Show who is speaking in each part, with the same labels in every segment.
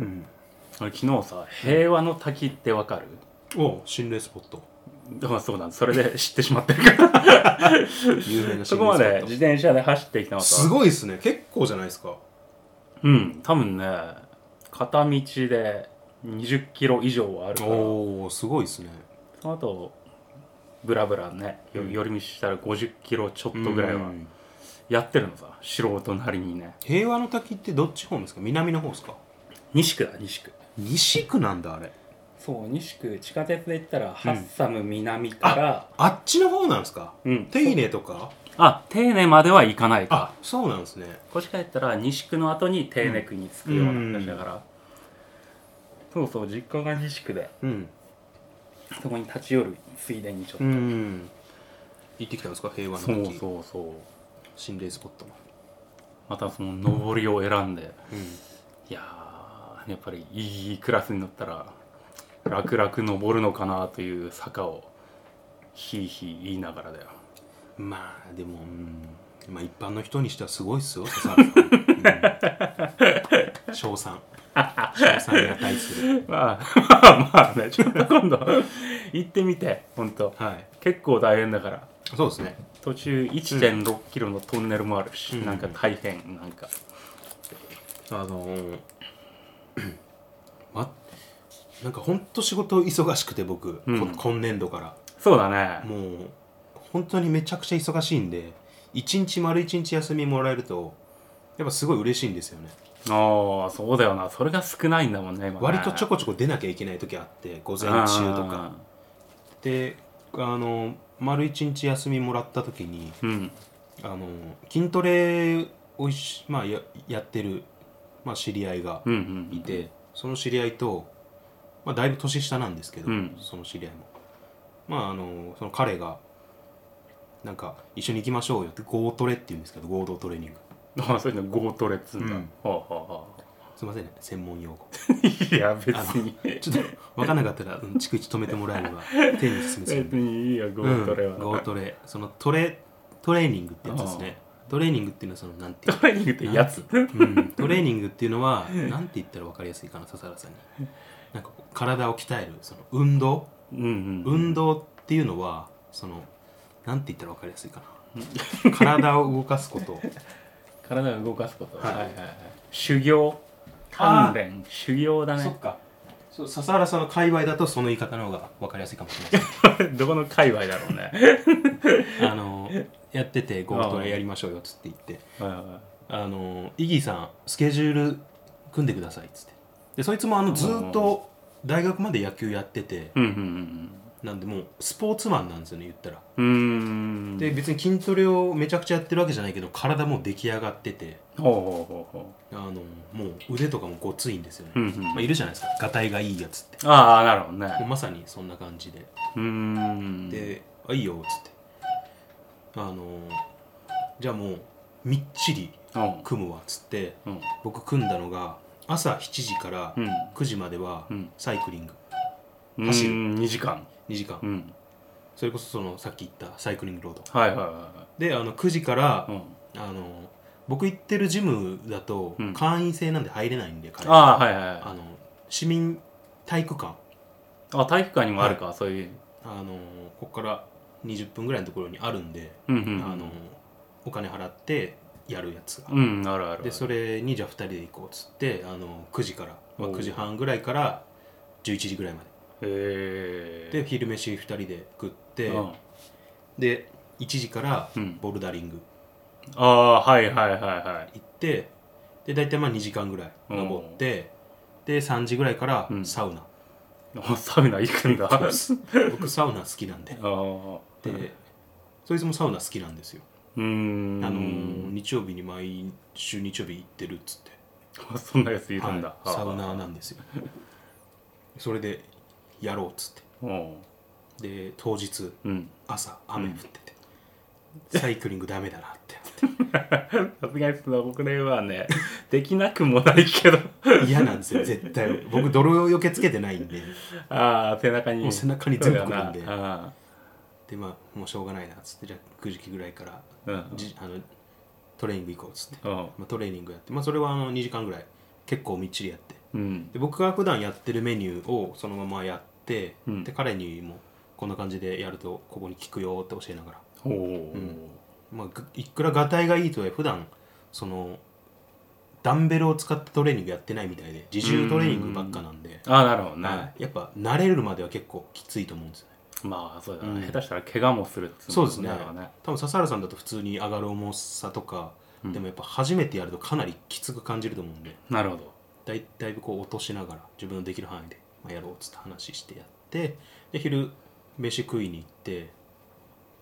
Speaker 1: うん、俺昨日さ平和の滝ってわかる
Speaker 2: おう心霊スポット
Speaker 1: あそうなんですそれで知ってしまってる から
Speaker 2: 有名な心霊ス
Speaker 1: そ
Speaker 2: ポ
Speaker 1: こま
Speaker 2: ッ
Speaker 1: で
Speaker 2: ト
Speaker 1: 自転車で走ってきたのさ
Speaker 2: すごいですね結構じゃないですか
Speaker 1: うん多分ね片道で20キロ以上はあるから
Speaker 2: おおすごいですね
Speaker 1: その後ブラブラねよ寄り道したら50キロちょっとぐらいは
Speaker 2: うん
Speaker 1: やってるのさ素人なりにね
Speaker 2: 平和の滝ってどっち方ですか南の方ですか
Speaker 1: 西区だ西区
Speaker 2: 西区なんだあれ
Speaker 1: そう西区地下鉄で行ったらハッサム南から、
Speaker 2: あっちの方なんですか
Speaker 1: うん
Speaker 2: 手稲とか
Speaker 1: あ丁寧までは行かないか
Speaker 2: あそうなんですね
Speaker 1: こっち帰ったら西区の後に丁寧区に着くような
Speaker 2: うん
Speaker 1: 感じだから、そうそう実家が西区で
Speaker 2: うん
Speaker 1: そこに立ち寄るついでにちょっと、
Speaker 2: うん行ってきたんですか平和の
Speaker 1: そう
Speaker 2: 滝
Speaker 1: そうそう
Speaker 2: 心霊スポットの
Speaker 1: またその上りを選んで、
Speaker 2: うん
Speaker 1: いやーやっぱりいいクラスになったら楽々登るのかなという坂をひいひい言いながらだよ
Speaker 2: まあでも、うんまあ、一般の人にしてはすごいっ すよ笹原さん、うん、賞 賛賞賛に値する
Speaker 1: まあまあねちょっと今度行ってみて本当
Speaker 2: はい
Speaker 1: 結構大変だから
Speaker 2: そうですね
Speaker 1: 途中1 6キロのトンネルもあるし、
Speaker 2: うん
Speaker 1: なんか大変なんか
Speaker 2: あのー まなんかほんと仕事忙しくて僕、
Speaker 1: うん
Speaker 2: こ今年度か
Speaker 1: そうだ
Speaker 2: ら
Speaker 1: ね
Speaker 2: もう本当にめちゃくちゃ忙しいんで一日丸一日休みもらえるとやっぱすごい嬉しいんですよね
Speaker 1: ああそうだよなそれが少ないんだもんね今ね
Speaker 2: 割とちょこちょこ出なきゃいけない時あって午前中とかであのー丸一日休みもらった時に
Speaker 1: うんうん
Speaker 2: あのー筋トレをいし、まあ、ややってる、まあ、知り合いが
Speaker 1: うんう
Speaker 2: い
Speaker 1: ん
Speaker 2: て、その知り合いと、まあ、だいぶ年下なんですけど、
Speaker 1: うん
Speaker 2: その知り合いもまああのその彼がなんか一緒に行きましょうよって合トレっていうんですけど合同トレーニング
Speaker 1: あ あそういうのゴートレっつうんだ、
Speaker 2: うん
Speaker 1: はあ、はあは
Speaker 2: すいませんね専門用 語
Speaker 1: あ、いや別に
Speaker 2: ちょっと分かんなかったらうん逐一止めてもら えれば丁寧に進めするん
Speaker 1: 別
Speaker 2: で
Speaker 1: にいいよゴートレは、
Speaker 2: うん合トレそのトレトレーニングってやつですねトレーニングっていうのはそのなん ていう
Speaker 1: トレーニングってやつ
Speaker 2: うんトレーニングっていうのはなんて言ったら分かりやすいかな笹原さんになんかこう体を鍛えるその運動
Speaker 1: うんうん
Speaker 2: 運動っていうのはそのなんて言ったら分かりやすいかな体を動かすこと
Speaker 1: 体を動かすこと、
Speaker 2: はい
Speaker 1: い、修行
Speaker 2: あー
Speaker 1: 鍛錬修行だね
Speaker 2: かそう笹原さんの界隈だとその言い方の方が分かりやすいかもしれま
Speaker 1: どこの界隈だろう ね
Speaker 2: せ んあのやっててゴートレやりましょうよっつって言って
Speaker 1: はいはい
Speaker 2: あのイギーさんスケジュール組んでくださいっつってでそいつもあのずーっと大学まで野球やってて
Speaker 1: うんうん
Speaker 2: なんでもうスポーツマンなんですよね言ったら
Speaker 1: うんうんうーん
Speaker 2: で別に筋トレをめちゃくちゃやってるわけじゃないけど体も出来上がってて
Speaker 1: ほうほうほうほ
Speaker 2: あのもう腕とかもごついんですよね、
Speaker 1: ううんうん、
Speaker 2: まあ、いるじゃないですかがたいがいいやつって
Speaker 1: ああなるほど
Speaker 2: もう
Speaker 1: ね
Speaker 2: まさにそんな感じで、
Speaker 1: うーん
Speaker 2: で「あいいよ」っつってあのーじゃあもうみっちり
Speaker 1: うん
Speaker 2: 組むわっつって
Speaker 1: うん
Speaker 2: 僕組んだのが朝7時から
Speaker 1: うん
Speaker 2: 9時までは
Speaker 1: うん
Speaker 2: サイクリング走
Speaker 1: 走
Speaker 2: る
Speaker 1: る2時間
Speaker 2: 2時間、
Speaker 1: うん
Speaker 2: それこそそのさっき言ったサイクリングロード
Speaker 1: はいはいは
Speaker 2: であの9時から、
Speaker 1: いはい、うん、
Speaker 2: あのー僕行ってるジムだと
Speaker 1: うん
Speaker 2: 会員制なんで入れないんで、彼
Speaker 1: ああはいはいはい
Speaker 2: あの市民体育館
Speaker 1: あ体育館にもあるか、そういう
Speaker 2: あのここから20分ぐらいのところにあるんで、
Speaker 1: うんうん
Speaker 2: あのお金払ってやるやつが、
Speaker 1: うんあるあるある
Speaker 2: でそれにじゃあ2人で行こうっつってあの9時から、まあ、
Speaker 1: おう
Speaker 2: 9時半ぐらいから11時ぐらいま
Speaker 1: へえ
Speaker 2: でで昼飯2人で食って、
Speaker 1: うん、
Speaker 2: で1時から
Speaker 1: うん
Speaker 2: ボルダリング
Speaker 1: ああはいはいはいはい
Speaker 2: 行ってで大体まあ2時間ぐらい登って、で3時ぐらいから
Speaker 1: うん
Speaker 2: サ ウナ、
Speaker 1: あサウナ行くんだ
Speaker 2: そうっす僕サウナ好きなんで
Speaker 1: ああ
Speaker 2: でそいつもサウナ好きなんですよ
Speaker 1: うーん
Speaker 2: あのー日曜日に毎週日曜日行ってるっつって
Speaker 1: あ そんなやついるんだ、
Speaker 2: はいサウナーなんですよそれでやろうっつっ
Speaker 1: うん
Speaker 2: てで当日
Speaker 1: うん
Speaker 2: 朝雨降ってて、サイクリングダメだなってなっ
Speaker 1: さすがにその僕らはね できなくもないけど
Speaker 2: て嫌なんですよ絶対僕泥をよけつけてないんで
Speaker 1: ああ背中に
Speaker 2: もう背中に全部来るんで
Speaker 1: そうだよなあ
Speaker 2: でまあもうしょうがないなっつってじゃあ9時ぐらいから、
Speaker 1: うん
Speaker 2: じあのトレーニング行こうっつって、
Speaker 1: あうん
Speaker 2: まあ、トレーニングやってまあそれはあの2時間ぐらい結構みっちりやって
Speaker 1: うん
Speaker 2: で僕が普段やってるメニューをそのままやって、
Speaker 1: うん
Speaker 2: で彼にもこんな感じでやるとここに効くよって教えながら、
Speaker 1: おお、
Speaker 2: うんまあ、ぐいくらがたいがいいとはいえ普段そのダンベルを使ったトレーニングやってないみたいで自重トレーニングばっかなんで、
Speaker 1: ああなるほどね、
Speaker 2: はい、やっぱ慣れるまでは結構きついと思うんですよね
Speaker 1: まあそうだな、
Speaker 2: うん
Speaker 1: 下手したら怪我もするってい
Speaker 2: そうですね
Speaker 1: なるわね
Speaker 2: 多分笹原さんだと普通に上がる重さとか、
Speaker 1: うん
Speaker 2: でもやっぱ初めてやるとかなりきつく感じると思うんで
Speaker 1: なるほど
Speaker 2: だいだいぶこう落としながら自分のできる範囲で、まあ、やろうっつって話してやってで昼飯食いに行って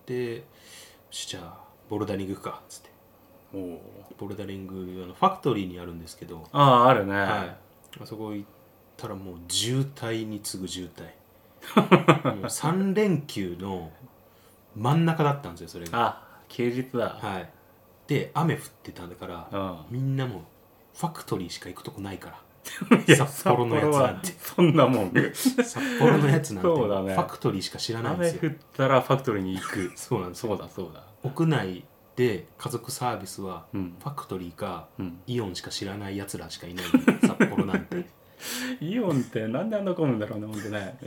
Speaker 2: でよしじゃあボルダリング行くかっつって
Speaker 1: おお
Speaker 2: ボルダリングあのファクトリーにあるんですけど、
Speaker 1: あああるね、
Speaker 2: はい、あそこ行ったらもう渋滞に次ぐ渋滞もう3連休の真ん中だったんですよそれが、
Speaker 1: あ休日だ、
Speaker 2: はい、で雨降ってたんだから
Speaker 1: うん
Speaker 2: みんなもうファクトリーしか行くとこないから
Speaker 1: いや
Speaker 2: 札幌のやつなんて
Speaker 1: 札幌はそんなもん
Speaker 2: 札幌のやつなんて
Speaker 1: そうだね
Speaker 2: ファクトリーしか知らないんで
Speaker 1: 雨
Speaker 2: す
Speaker 1: 降
Speaker 2: よ
Speaker 1: ったらファクトリーに行く
Speaker 2: そうなんですよ
Speaker 1: そうだそうだ
Speaker 2: 屋内で家族サービスは
Speaker 1: うん
Speaker 2: ファクトリーか
Speaker 1: うん
Speaker 2: イオンしか知らないやつらしかいない 札幌なんて
Speaker 1: イオンってなんであんな混むんだろうねほんとね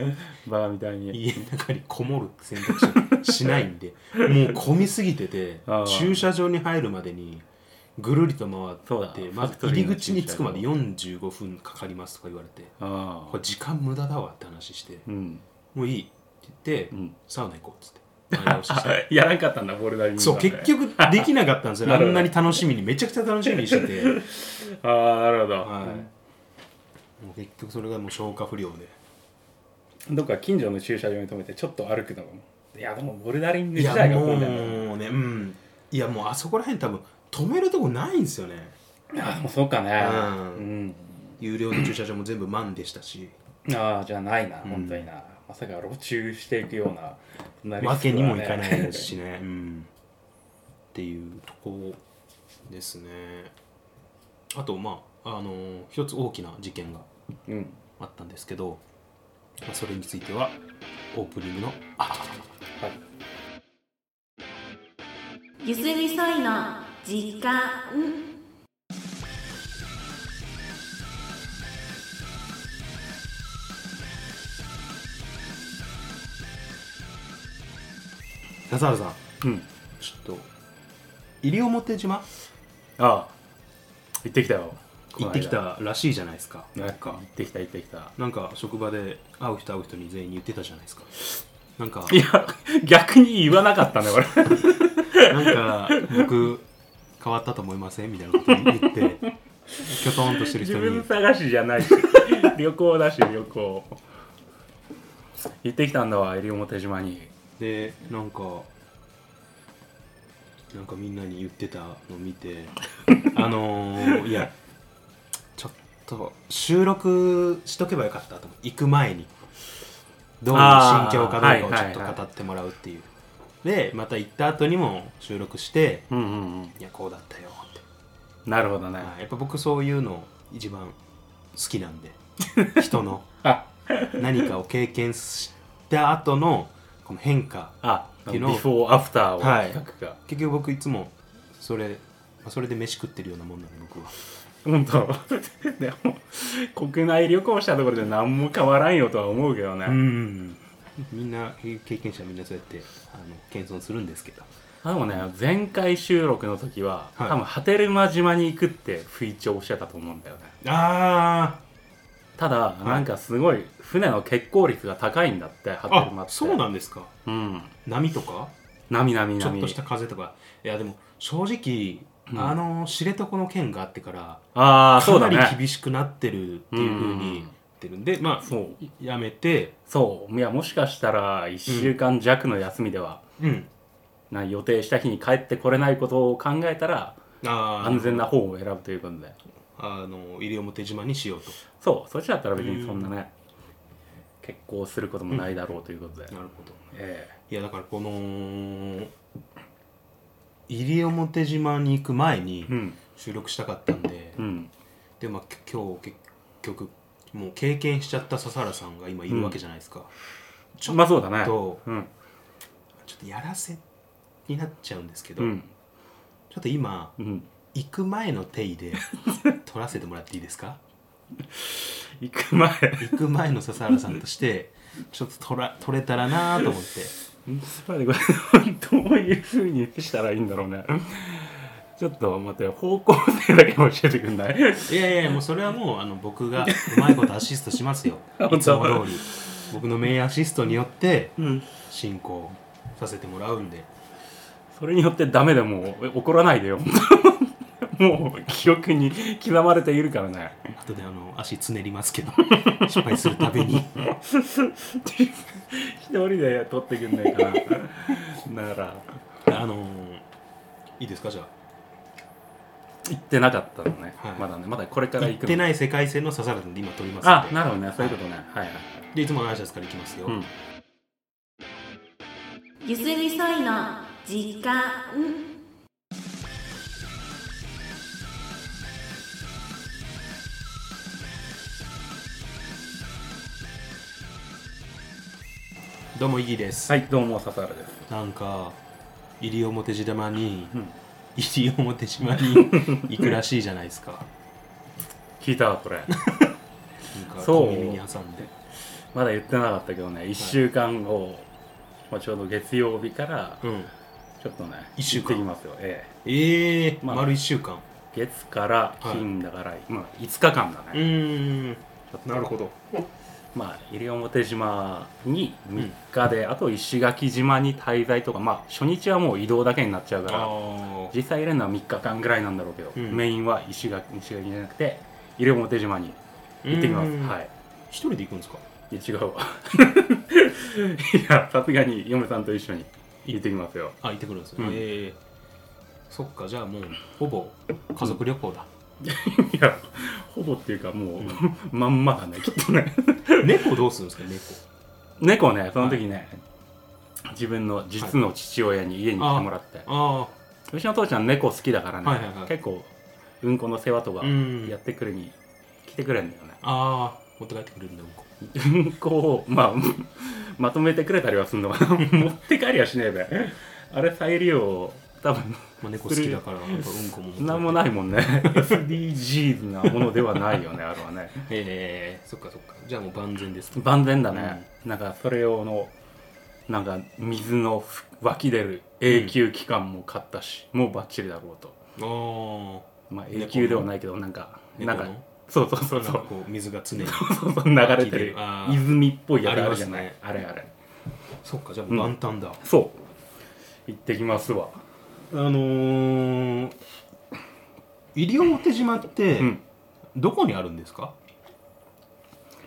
Speaker 1: バーみたいに
Speaker 2: 家の中にこもるって選択肢しないんでもう混みすぎてて
Speaker 1: ああ
Speaker 2: 駐車場に入るまでにぐるりと
Speaker 1: そう
Speaker 2: 回
Speaker 1: だ
Speaker 2: って
Speaker 1: フ
Speaker 2: ま
Speaker 1: ァク
Speaker 2: ず
Speaker 1: トリー
Speaker 2: 入り
Speaker 1: の
Speaker 2: 口に着くまで
Speaker 1: 駐
Speaker 2: 45分かかりますとか言われて
Speaker 1: あ
Speaker 2: こ
Speaker 1: あ
Speaker 2: れ時間無駄だわって話して
Speaker 1: うん
Speaker 2: もういいって言って、
Speaker 1: うん
Speaker 2: サウナ行こうっつって前倒しして
Speaker 1: あやらんかったんだボルダリング
Speaker 2: そう、
Speaker 1: なんて
Speaker 2: 結局でき なかったんですよ。
Speaker 1: な
Speaker 2: あ
Speaker 1: るほ
Speaker 2: ん
Speaker 1: ど
Speaker 2: なに楽しみに、めちゃくちゃ楽しみにしてて。
Speaker 1: ああなるほど、
Speaker 2: はい。もう結局それがもう消化不良で。
Speaker 1: どっか近所の駐車場に止めてちょっと歩くのもいやでもボルダリング
Speaker 2: い
Speaker 1: 自
Speaker 2: や、
Speaker 1: 体が
Speaker 2: も
Speaker 1: 混
Speaker 2: うん
Speaker 1: だよね
Speaker 2: ね、うん。いや、もうあそこら辺多分、止めるとこないんですよね。
Speaker 1: いやでもそうかね
Speaker 2: うん
Speaker 1: うん
Speaker 2: 有料の駐車場も全部満でしたし、
Speaker 1: ああじゃあないな本当にな、まさか路中していくようなそんなリスクは
Speaker 2: わ
Speaker 1: ね
Speaker 2: けにもいかないですしね。うん。っていうとこですね。あと、まあ、あの一つ大きな事件が
Speaker 1: うん
Speaker 2: あったんですけど、まあそれについては、オープニングの後
Speaker 1: はい
Speaker 3: ゆすみそいの時間
Speaker 2: 笹原さん。
Speaker 1: うん
Speaker 2: ちょっと西表島
Speaker 1: ああ行ってきたよ
Speaker 2: 行ってきたらしいじゃないですか
Speaker 1: なんか行ってきた行ってきた
Speaker 2: なんか職場で会う人会う人に全員言ってたじゃないですかなんか
Speaker 1: いや逆に言わなかったね俺
Speaker 2: なんか僕変わったと思いませんみたいなこと言って きょとんとしてる
Speaker 1: 自
Speaker 2: 人に
Speaker 1: 分探しじゃ ないし旅行だし旅行行ってきたんだわ西表島に
Speaker 2: でなんかなんかみんなに言ってたの 見てあのー、いやちょっと収録しとけばよかったと思う行く前にどういう心境かどうかを
Speaker 1: あー
Speaker 2: ち
Speaker 1: はい
Speaker 2: ょっ
Speaker 1: はいはい
Speaker 2: と語ってもらうっていう、でまた行った後にも収録して
Speaker 1: うんうんうん
Speaker 2: いやこうだったよって、
Speaker 1: なるほどね、
Speaker 2: はいやっぱ僕そういうの一番好きな んで人の
Speaker 1: あ
Speaker 2: 何かを経験した後のこの変化
Speaker 1: あビ
Speaker 2: 昨日
Speaker 1: フォーアフターを
Speaker 2: はい
Speaker 1: 企画が、
Speaker 2: 結局僕いつもそれまあそれで飯食ってるようなもんなんで僕は
Speaker 1: 本当 でも国内旅行したところで何も変わらんよとは思うけどね、
Speaker 2: んみんな経験者みんなそうやってあの謙遜するんですけど
Speaker 1: でもね前回収録の時は、
Speaker 2: はい
Speaker 1: 多分波照間島に行くって吹聴してたと思うんだよね
Speaker 2: あ
Speaker 1: ただ、
Speaker 2: い
Speaker 1: なんかすごい船の欠航率が高いんだって波照間
Speaker 2: あ
Speaker 1: って
Speaker 2: そうなんですか
Speaker 1: うん
Speaker 2: 波とか
Speaker 1: なみなみ
Speaker 2: ち
Speaker 1: な
Speaker 2: ょっ
Speaker 1: み
Speaker 2: とした風とかいやでも正直、
Speaker 1: うん
Speaker 2: あの知床の件があってから
Speaker 1: ああそ
Speaker 2: か
Speaker 1: うだ
Speaker 2: なり
Speaker 1: ね
Speaker 2: 厳しくなってるっていうふうに言ってるんで、まあ
Speaker 1: そう
Speaker 2: やめて、
Speaker 1: そういやもしかしたら1週間弱の休みでは、
Speaker 2: うん、
Speaker 1: な予定した日に帰ってこれないことを考えたら
Speaker 2: あー
Speaker 1: 安全な方を選ぶということで
Speaker 2: あの西表島にしようと
Speaker 1: そうそっちだったら別にそんなね、結婚することもないだろうということで、
Speaker 2: なるほど
Speaker 1: え
Speaker 2: いやだからこの西表島に行く前に
Speaker 1: えうん
Speaker 2: 収録したかったんで、
Speaker 1: うん
Speaker 2: でまあき今日結局もう経験しちゃった笹原さんが今いるわけじゃないですか、ちょっ
Speaker 1: まあそうだね
Speaker 2: と
Speaker 1: うん
Speaker 2: ちょっとやらせになっちゃうんですけど、
Speaker 1: うん
Speaker 2: ちょっと今
Speaker 1: うん
Speaker 2: 行く前の手で撮らせてもらっていいですか
Speaker 1: 行く前
Speaker 2: 行く前の笹原さんとしてちょっと取ら取れたらなと思って
Speaker 1: これどういうふうにしたらいいんだろうねちょっと待って方向性だけ教えてくんない
Speaker 2: いやいやもうそれはもうあの僕がうまいことアシストしますよ
Speaker 1: 本当
Speaker 2: いつも通り僕の名アシストによって
Speaker 1: うん
Speaker 2: 進行させてもらうんで
Speaker 1: それによってダメでもうえ怒らないでよ もう記憶に刻まれているからね
Speaker 2: 後であの足つねります けど失敗するたびに
Speaker 1: 一人で取ってくんないかなだから
Speaker 2: あのいいですかじゃ
Speaker 1: 行ってなかったのね、
Speaker 2: はい
Speaker 1: まだねまだこれか
Speaker 2: あ
Speaker 1: ら
Speaker 2: 行
Speaker 1: 行く
Speaker 2: って
Speaker 1: い
Speaker 2: ない世界線の笹原さんで今撮ります
Speaker 1: あ
Speaker 2: んで
Speaker 1: なるほどねそういうことねはいはい
Speaker 2: でいつもの挨拶からいきますよ、
Speaker 1: うん
Speaker 3: ゆすみそいの時間
Speaker 2: どうもイギです、
Speaker 1: はいどうも笹原です
Speaker 2: なんか西表島に
Speaker 1: うん
Speaker 2: 西表島に 行くらしいじゃないですか
Speaker 1: 聞いたわこれ
Speaker 2: なんか
Speaker 1: そう
Speaker 2: 小耳に挟んで
Speaker 1: まだ言ってなかったけどね1週間後、まあ、ちょうど月曜日から
Speaker 2: うん
Speaker 1: ちょっとね
Speaker 2: 一週間
Speaker 1: 行ってきますよええ
Speaker 2: ええ
Speaker 1: まあ
Speaker 2: 丸1週間
Speaker 1: 月から金だから、まあ、5日間だね、
Speaker 2: ん
Speaker 1: ちょっと
Speaker 2: なるほど
Speaker 1: まあ西表島に3日で、あと石垣島に滞在とかまあ初日はもう移動だけになっちゃうから
Speaker 2: あ
Speaker 1: 実際入れるのは3日間ぐらいなんだろうけど、
Speaker 2: うん
Speaker 1: メインは石垣石垣じゃなくて西表島に行ってきます、
Speaker 2: うん
Speaker 1: はい
Speaker 2: 一人で行くんですか
Speaker 1: いや違うわ いやさすがに嫁さんと一緒に行ってきますよ
Speaker 2: あ行ってくるんですよ、
Speaker 1: うん
Speaker 2: ええそっかじゃあもうほぼ家族旅行だ、
Speaker 1: いやほぼっていうかもう、まんまだねきっと ね
Speaker 2: 猫どうするんですか
Speaker 1: 猫
Speaker 2: 猫
Speaker 1: ねその時ね、自分の実の父親に家に来てもらって、
Speaker 2: あ
Speaker 1: うちの父ちゃん猫好きだからね、
Speaker 2: はいはいはい
Speaker 1: 結構うんこの世話とか
Speaker 2: あうん
Speaker 1: やってくるに、来てくれるんだよね
Speaker 2: ああ持って帰ってくれるんだ僕
Speaker 1: うんこをまあ まとめてくれたりはするの かな持って帰りはしねえべあれ再利用多分
Speaker 2: まあ、猫好きだからやっぱうんこも持って帰って
Speaker 1: なんもないもんね SDGs なものではないよねあれはね
Speaker 2: ええそっかそっかじゃあもう万全ですね
Speaker 1: 万全だね、なんかそれ用のなんか水の湧き出る永久期間も買ったし、もうバッチリだろうと
Speaker 2: あー
Speaker 1: まあ永久ではないけどなんか
Speaker 2: 猫
Speaker 1: なん
Speaker 2: の
Speaker 1: かそうそうそう
Speaker 2: なん
Speaker 1: そ
Speaker 2: か
Speaker 1: う
Speaker 2: こう水が常に
Speaker 1: そうそう流れて
Speaker 2: 湧き出る
Speaker 1: る
Speaker 2: あー
Speaker 1: 泉っぽいやつあるじゃないあ,、
Speaker 2: ありますね
Speaker 1: れあれ
Speaker 2: そっかじゃあもう万端だ、
Speaker 1: そう行ってきますわ
Speaker 2: あのー、西表島って
Speaker 1: うん
Speaker 2: どこにあるんですか、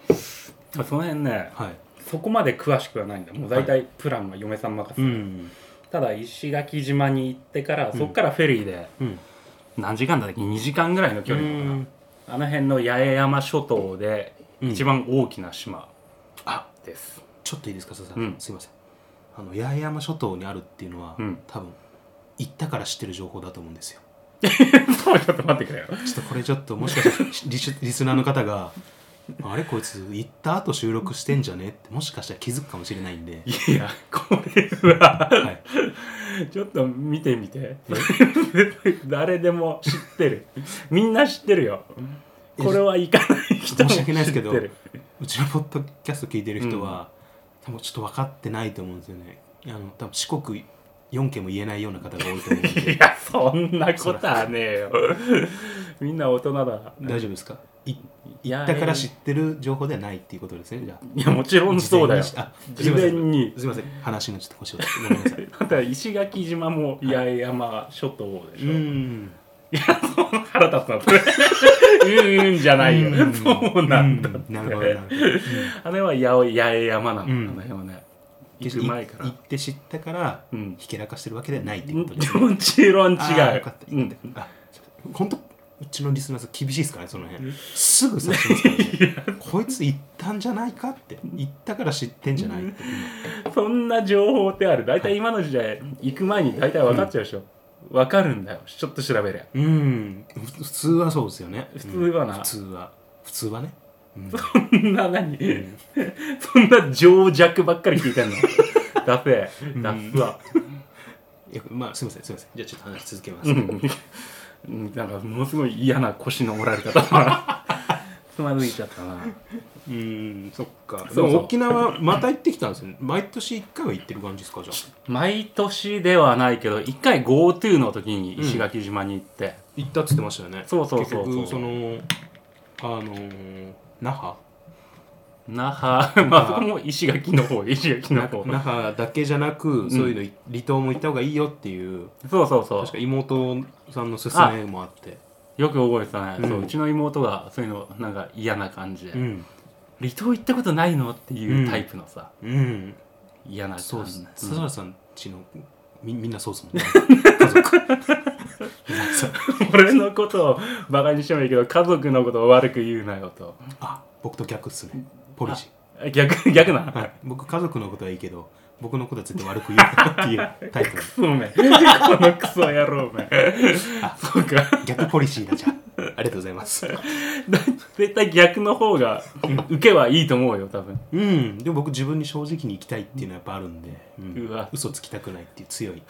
Speaker 1: その辺ね
Speaker 2: はい
Speaker 1: そこまで詳しくはないんだもう大
Speaker 2: は
Speaker 1: 体プランは嫁さん任せ、
Speaker 2: ん
Speaker 1: ただ石垣島に行ってから
Speaker 2: うん
Speaker 1: そこからフェリーで
Speaker 2: うん
Speaker 1: 何時間だっけ2時間ぐらいの距離かなあの辺の八重山諸島で
Speaker 2: うん
Speaker 1: 一番大きな島
Speaker 2: あ
Speaker 1: です、
Speaker 2: ちょっといいですか笹さ
Speaker 1: うん
Speaker 2: ん、すいませんあの八重山諸島にあるっていうのは、
Speaker 1: うん
Speaker 2: 多分行ったから知ってる情報だと思うんですよ
Speaker 1: そうちょっと待ってくれよ
Speaker 2: ちょっとこれちょっともしかしたら リスリスナーの方があれこいつ行った後収録してんじゃねってもしかしたら気づくかもしれないんで、
Speaker 1: いやこれは
Speaker 2: はい、
Speaker 1: ちょっと見てみ て誰でも知ってるみんな知ってるよこれは行かない人も
Speaker 2: 申し
Speaker 1: 知って
Speaker 2: 訳ないですけど
Speaker 1: る
Speaker 2: うちのポッドキャスト聞いてる人は、多分ちょっと分かってないと思うんですよねあの多分四国4県も言えないような方が多いと思うん
Speaker 1: い
Speaker 2: で
Speaker 1: やそんなことはねえよみんな大人だ
Speaker 2: 大丈夫ですかい
Speaker 1: いや
Speaker 2: 行ったから知ってる情報ではないっていうことですねじゃあ
Speaker 1: いやもちろんそうだよ
Speaker 2: 事
Speaker 1: 事前
Speaker 2: 前にあ
Speaker 1: に
Speaker 2: すいません話のちょっと腰をごめん なさい
Speaker 1: だって石垣島も八重山諸島でしょ、
Speaker 2: ん
Speaker 1: いやその腹立つなそれうんうんじゃないよ、そうなんだ、
Speaker 2: なるほどなるほ
Speaker 1: あ
Speaker 2: ど
Speaker 1: れは八重八重山なの、
Speaker 2: うん
Speaker 1: あの辺はね行く前から
Speaker 2: 行って知ったから、
Speaker 1: うん
Speaker 2: ひけらかしてるわけではないっていうことですね
Speaker 1: もちろん 違う
Speaker 2: あーよかった
Speaker 1: うん、い
Speaker 2: 本当うちのリスナーさん厳しいですからねその辺すぐ察します からねこいつ行ったんじゃないかって行ったから知ってんじゃないって
Speaker 1: やそんな情報ってある大体今の時代行く前に大体分かっちゃうでしょ、分かるんだよちょっと調べりゃ
Speaker 2: うんふ普通はそうですよね
Speaker 1: 普通はな
Speaker 2: うん普通は普通はね、 うん
Speaker 1: そんな何、そんな情弱ばっかり聞い てんのダセえダッサ
Speaker 2: いやまあすいませんすいませんじゃあちょっと話し続けます、
Speaker 1: うんなんかものすごい嫌な腰の折られ方だな
Speaker 4: つまずいちゃったな
Speaker 2: うんそっか
Speaker 1: そう
Speaker 2: でも沖縄また行ってきたんですよね毎年1回は行ってる感じですかじゃあ
Speaker 1: 毎年ではないけど一回 GoTo の時に石垣島に行って、
Speaker 2: 行ったっつってましたよね
Speaker 1: そうそうそうそう
Speaker 2: 結局そのあのー那覇
Speaker 1: 那覇まあそこも石垣の方石垣の
Speaker 2: 那
Speaker 1: 方
Speaker 2: 那覇だけじゃなくそういうのい、離島も行った方がいいよっていう
Speaker 1: そうそうそう
Speaker 2: 確か妹さんの勧めもあって
Speaker 1: よく覚えてたね、
Speaker 2: うん
Speaker 1: そううちの妹がそういうのなんか嫌な感じで、
Speaker 2: うん
Speaker 1: 離島行ったことないのっていうタイプのさ、
Speaker 2: うん
Speaker 1: 嫌な
Speaker 2: そう
Speaker 1: 感じ
Speaker 2: っす
Speaker 1: ね
Speaker 2: 笹原さんちのみみんなそうっすもんね家族皆さん
Speaker 1: 俺のことをバカにしてもいいけど家族のことを悪く言うなよと
Speaker 2: あ僕と逆っすねポリシ
Speaker 1: 逆逆な
Speaker 2: ーはい僕家族のことはいいけど僕のことは絶対悪く言うなっていうタイ プの
Speaker 1: そうめんこのクソ野郎めん
Speaker 2: あ
Speaker 1: そうか
Speaker 2: 逆ポリシーだじゃあありがとうございます
Speaker 1: 絶対逆の方が受けはいいと思うよ多分
Speaker 2: うんでも僕自分に正直に生きたいっていうのはやっぱあるんで、うん
Speaker 1: うわ
Speaker 2: 嘘つきたくないっていう強い、